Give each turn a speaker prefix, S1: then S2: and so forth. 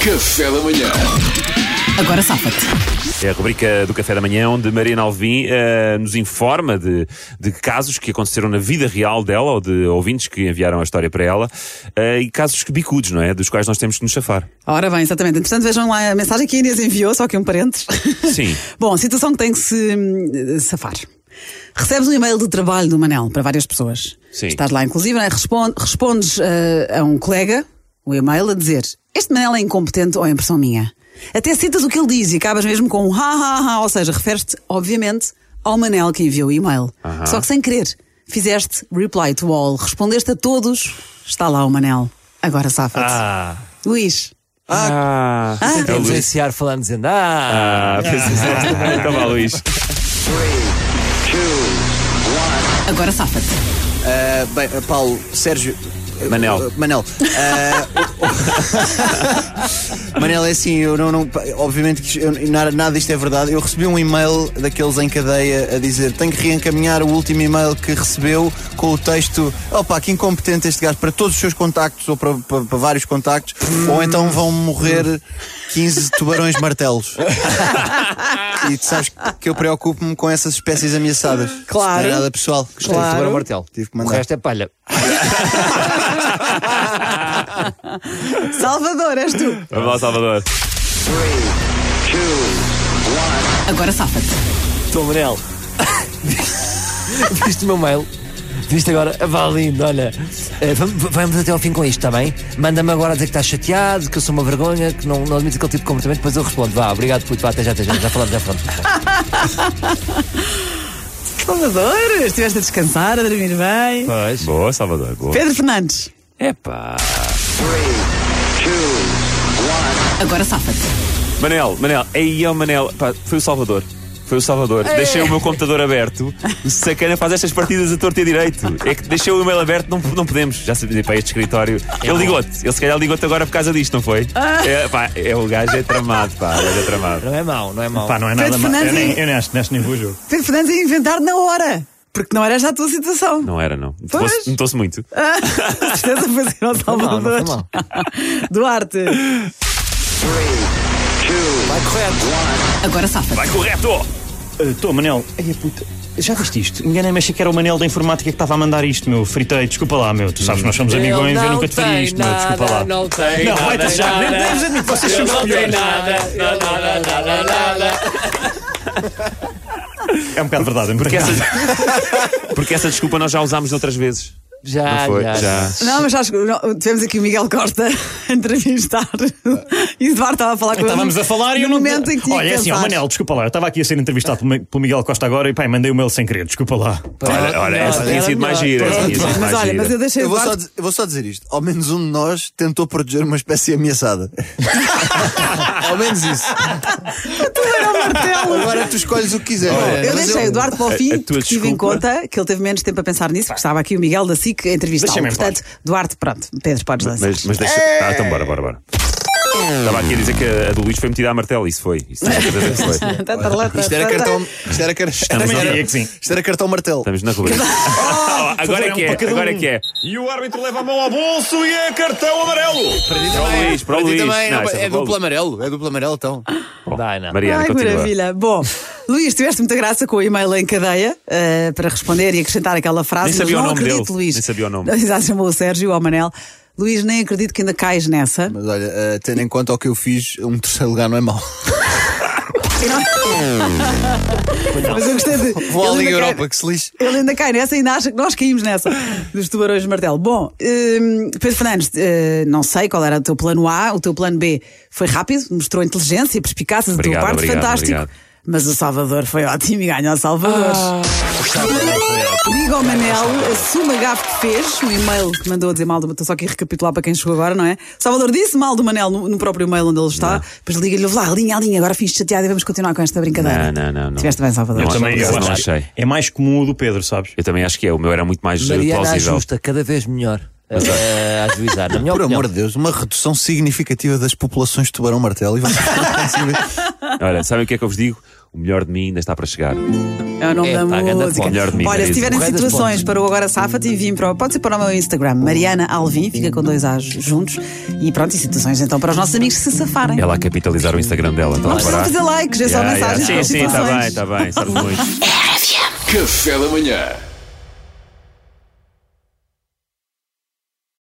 S1: Café da manhã.
S2: Agora safa-te.
S3: É a rubrica do Café da Manhã, onde Mariana Alvim eh, nos informa de, de casos que aconteceram na vida real dela ou de ouvintes que enviaram a história para ela eh, e casos que bicudos, não é? Dos quais nós temos que nos safar.
S2: Ora bem, exatamente. Entretanto, vejam lá a mensagem que a Inês enviou, só que um parênteses.
S3: Sim.
S2: Bom, situação que tem que se hum, safar. Recebes um e-mail de trabalho do Manel para várias pessoas.
S3: Sim.
S2: Estás lá, inclusive, né? Respon- respondes eh, a um colega o e-mail a dizer: Este Manel é incompetente ou é impressão minha? Até citas o que ele diz e acabas mesmo com um ha ha ha, ou seja, referes-te, obviamente, ao Manel que enviou o e-mail.
S3: Aham.
S2: Só que sem querer, fizeste reply to all, respondeste a todos, está lá o Manel. Agora safa-te.
S3: Ah!
S2: Luís.
S3: Ah! É o
S4: Tentamos
S3: Luís.
S4: ensiar falando dizendo ah,
S3: Ah, pensa exatamente. Então vá, Luís.
S2: Agora safa-te.
S5: Ah, bem, ah, Paulo, Sérgio. ah,
S3: Manel.
S5: ah, Manel. Ah, Manel, é assim, eu não. não- obviamente que eu- nada, nada isto é verdade. Eu recebi um e-mail daqueles em cadeia a dizer tenho que reencaminhar o último e-mail que recebeu com o texto opá, que incompetente este gajo para todos os seus contactos ou para, para- para vários contactos, ou então vão morrer 15 tubarões martelos. e tu sabes que eu preocupo-me com essas espécies ameaçadas.
S2: Claro.
S5: Não é nada pessoal.
S4: gostei do tubarão
S2: claro.
S4: martelo.
S5: Tive que
S4: O
S5: mandar.
S4: resto é palha.
S2: Salvador, és tu.
S3: Vamos lá, Salvador.
S2: Agora safa-te.
S4: Estou amarelo. Viste o meu mail? Viste agora? Ah, Vá lindo, olha. Eh, vamos, vamos até ao fim com isto, está bem? Manda-me agora dizer que estás chateado, que eu sou uma vergonha, que não, não admito aquele tipo de comportamento, depois eu respondo. Vá, obrigado, puto, vá, até já, até já, já falamos, já falamos.
S2: Salvador, estiveste a descansar, a dormir bem.
S4: Pois.
S3: Boa, Salvador. Boa.
S2: Pedro Fernandes.
S3: Epá!
S2: Agora safa-te.
S3: Manel, Manel, aí é o Manel. Pá, foi o Salvador. Foi o Salvador. Deixei o meu computador aberto. O Sacana faz estas partidas a torto e a direito. É que deixei o e-mail aberto, não, não podemos. Já sabia para este escritório. Ele ligou-te. Ele se calhar ligou-te agora por causa disto, não foi? É, pá, é o gajo é tramado, pá. O gajo é tramado.
S4: Não é mau, não é mau.
S6: Pá, não é
S2: Pedro
S6: nada mal. Eu
S2: Fernandes
S6: nem,
S2: e-
S6: eu nem acho que neste nem vou jogo.
S2: Pedro Fernandes a inventar na hora. Porque não era esta a tua situação.
S3: Não era, não.
S2: Pois.
S3: Notou-se- Notou-se muito.
S2: Com certeza foi assim ao
S4: mal, não
S2: Salvador.
S4: foi mal.
S2: Duarte. Agora safa-te.
S3: Vai correto!
S6: Estou, Eh, Manel. Ai, a puta. Já viste isto? Enganei-me, achei que era o Manel da informática que estava a mandar isto, meu. Fritei, desculpa lá, meu. Tu sabes que nós somos amigões, eu nunca te faria isto, meu. Desculpa lá.
S4: Não tem
S6: Não, vai deixar, nem deves a mim, vocês são os piores. É um bocado verdade, é
S3: Porque
S6: porque
S3: essa, porque essa desculpa nós já usámos outras vezes.
S4: Já,
S3: não foi?
S4: já.
S2: Não, mas acho que não, tivemos aqui o Miguel Costa a entrevistar. E o Duarte estava a falar com ele
S6: Estávamos
S2: no-
S6: a falar e eu
S2: no
S6: não.
S2: momento em que tinha
S6: Olha,
S2: que
S6: é assim, ó,
S2: pensar.
S6: Manel, desculpa lá. Eu estava aqui a ser entrevistado pelo Mi- pelo Miguel Costa agora e, pá, mandei o mail sem querer, desculpa lá.
S3: Olha, olha, essa tinha sido mais gira. essa tinha sido
S2: Mas
S3: mais
S2: olha,
S3: gira.
S2: mas eu deixei
S5: Eu
S2: o
S5: vou, só,
S2: Duarte.
S5: dizer- eu vou só dizer isto. Ao menos um de nós tentou proteger uma espécie ameaçada. Ao menos isso.
S2: Tu era o martelo.
S5: Agora tu escolhes o que quiseres.
S2: Eu
S5: Mas
S2: deixei o Eduardo para o fim,
S3: a tua
S2: porque tive em
S3: desculpa-
S2: conta que ele teve menos tempo a pensar nisso, porque estava aqui o Miguel da SIC a entrevistá-lo.
S6: Deixa-me em
S2: Portanto, Duarte, pronto, Pedro, podes lançar.
S3: Mas, mas deixa. Ah, então bora, bora, bora. Estava aqui a dizer que a a do Luís foi metida a martelo. Isso foi. Isso é com certeza que foi.
S5: Isto era cartão. Isto era, car... isto
S6: Também
S5: era-
S6: diria que sim.
S5: isto era cartão martelo.
S3: Estamos na rubrica. Ah, agora é que é,
S6: para cada
S3: agora é
S6: um.
S3: que é.
S6: E o árbitro leva a mão ao bolso e é cartão amarelo.
S3: Para o Luís, para o
S5: Para ti
S3: Luís.
S5: também,
S3: Não,
S5: não,
S3: essa foi
S5: é
S3: para o
S5: duplo
S3: Luís.
S5: amarelo. É duplo amarelo, então.
S3: Bom,
S4: Dai, não.
S3: Mariana,
S2: Ai,
S3: continua.
S2: maravilha. Bom, Luís, tiveste muita graça com o e-mail em cadeia eh, para responder e acrescentar aquela frase. mas
S3: Nem sabia o
S2: não
S3: nome
S2: acredito,
S3: dele.
S2: Luís.
S3: Nem sabia o nome.
S2: Exato, chamou o Sérgio ao Manel. Luís, nem acredito que ainda cais nessa.
S5: Mas olha, eh, tendo em conta o que eu fiz, um terceiro lugar não é mau.
S2: E não- Mas eu gostei de.
S5: Vou à
S2: ele
S5: Liga
S2: ainda cai-
S5: Europa, que se lixe.
S2: Ele ainda cai nessa e ainda acha que nós caímos nessa dos tubarões de martelo. Bom, hum, Pedro Fernandes, eh, não sei qual era o teu plano A, o teu plano B foi rápido, mostrou inteligência e perspicácia da tua
S3: Obrigado,
S2: parte,
S3: obrigado,
S2: fantástico.
S3: obrigado.
S2: Mas o Salvador foi ótimo e ganha o Salvador. Liga ao Manel, assuma a gafe que fez, o e-mail que mandou a dizer mal do Estou só aqui a recapitular para quem chegou agora, não é? O Salvador disse mal do Manel no, no próprio e-mail onde ele está, depois liga-lhe, lá, linha a linha, agora fiz chateado e vamos continuar com esta brincadeira.
S3: Não, não, não, não.
S2: Tiveste bem, Salvador.
S3: Eu
S6: Eu também, eu
S3: Não
S6: acho
S3: achei.
S6: que É mais comum o do Pedro, sabes?
S3: Eu também acho que é. O meu era muito mais eh,
S4: Mariana
S3: plausível.
S4: ajusta cada vez melhor eh, a ajuizar. Na minha
S5: Por
S4: opinião.
S5: amor de Deus, uma redução significativa das populações de tubarão martelo. E vamos
S3: Olha, sabem o que é que eu vos digo? O melhor de mim ainda está para chegar.
S2: É o nome
S4: É,
S2: da
S4: pá, ganda
S2: música.
S4: ponto.
S3: tá, Melhor de mim,
S2: Olha, se
S3: é isso.
S2: tiverem
S4: Correio das
S2: situações
S4: pontes.
S2: para o Agora Safa-te, enviem para o. Pode ser para o meu Instagram, Mariana Alvim, fica com dois A's juntos. E pronto, e situações então para os nossos amigos que se safarem.
S3: Ela a capitalizar o Instagram dela. Não
S2: Não precisam fazer likes, é só mensagens.
S3: Sim, tá sim, está
S2: situações.
S3: bem, está bem. Sabes muito.
S1: Café da Manhã